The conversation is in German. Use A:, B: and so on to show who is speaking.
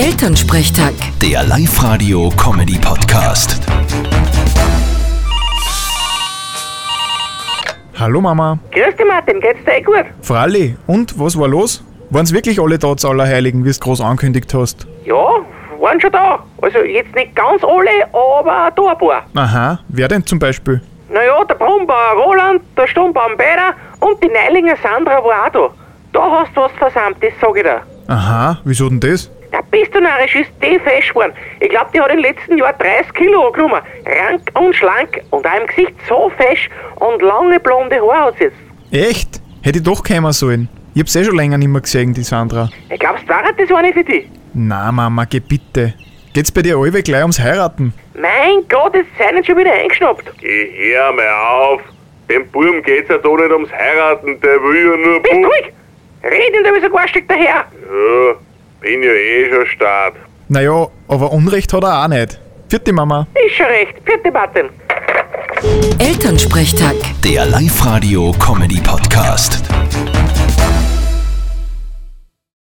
A: Elternsprechtag.
B: Der Live-Radio-Comedy-Podcast.
C: Hallo Mama.
D: Grüß dich Martin, geht's dir eh gut?
C: Fralli, und was war los? Waren's wirklich alle da zu Allerheiligen, wie es groß angekündigt hast?
D: Ja, waren schon da. Also jetzt nicht ganz alle, aber da ein paar.
C: Aha, wer denn zum Beispiel?
D: Naja, der Brumbauer Roland, der Sturmbaum Bera und die Neilinger Sandra war auch da. Da hast du was versammelt, das sag ich dir.
C: Aha, wieso denn das?
D: Der Pistonarisch ist die fest geworden. Ich glaube, die hat im letzten Jahr 30 Kilo angenommen. Rank und schlank und auch im Gesicht so fest und lange blonde Haare hat sie jetzt.
C: Echt? Hätte ich doch kommen sollen. Ich hab's eh schon länger nicht mehr gesehen, die Sandra.
D: Ich glaube, es war das eine für dich.
C: Na Mama, geh bitte. Geht's bei dir alle gleich ums Heiraten?
D: Mein Gott, jetzt sind sie schon wieder eingeschnappt.
E: Geh her mal auf. Dem Burm geht's ja doch nicht ums Heiraten, der will ja nur
D: Bist
E: Bu-
D: ruhig! Red nicht immer so garstig daher!
E: Ja, bin ja eh schon Start.
C: Naja, aber Unrecht hat er auch nicht. Vierte Mama.
D: Ist schon recht. Vierte Martin.
A: Elternsprechtag.
B: Der Live-Radio-Comedy-Podcast.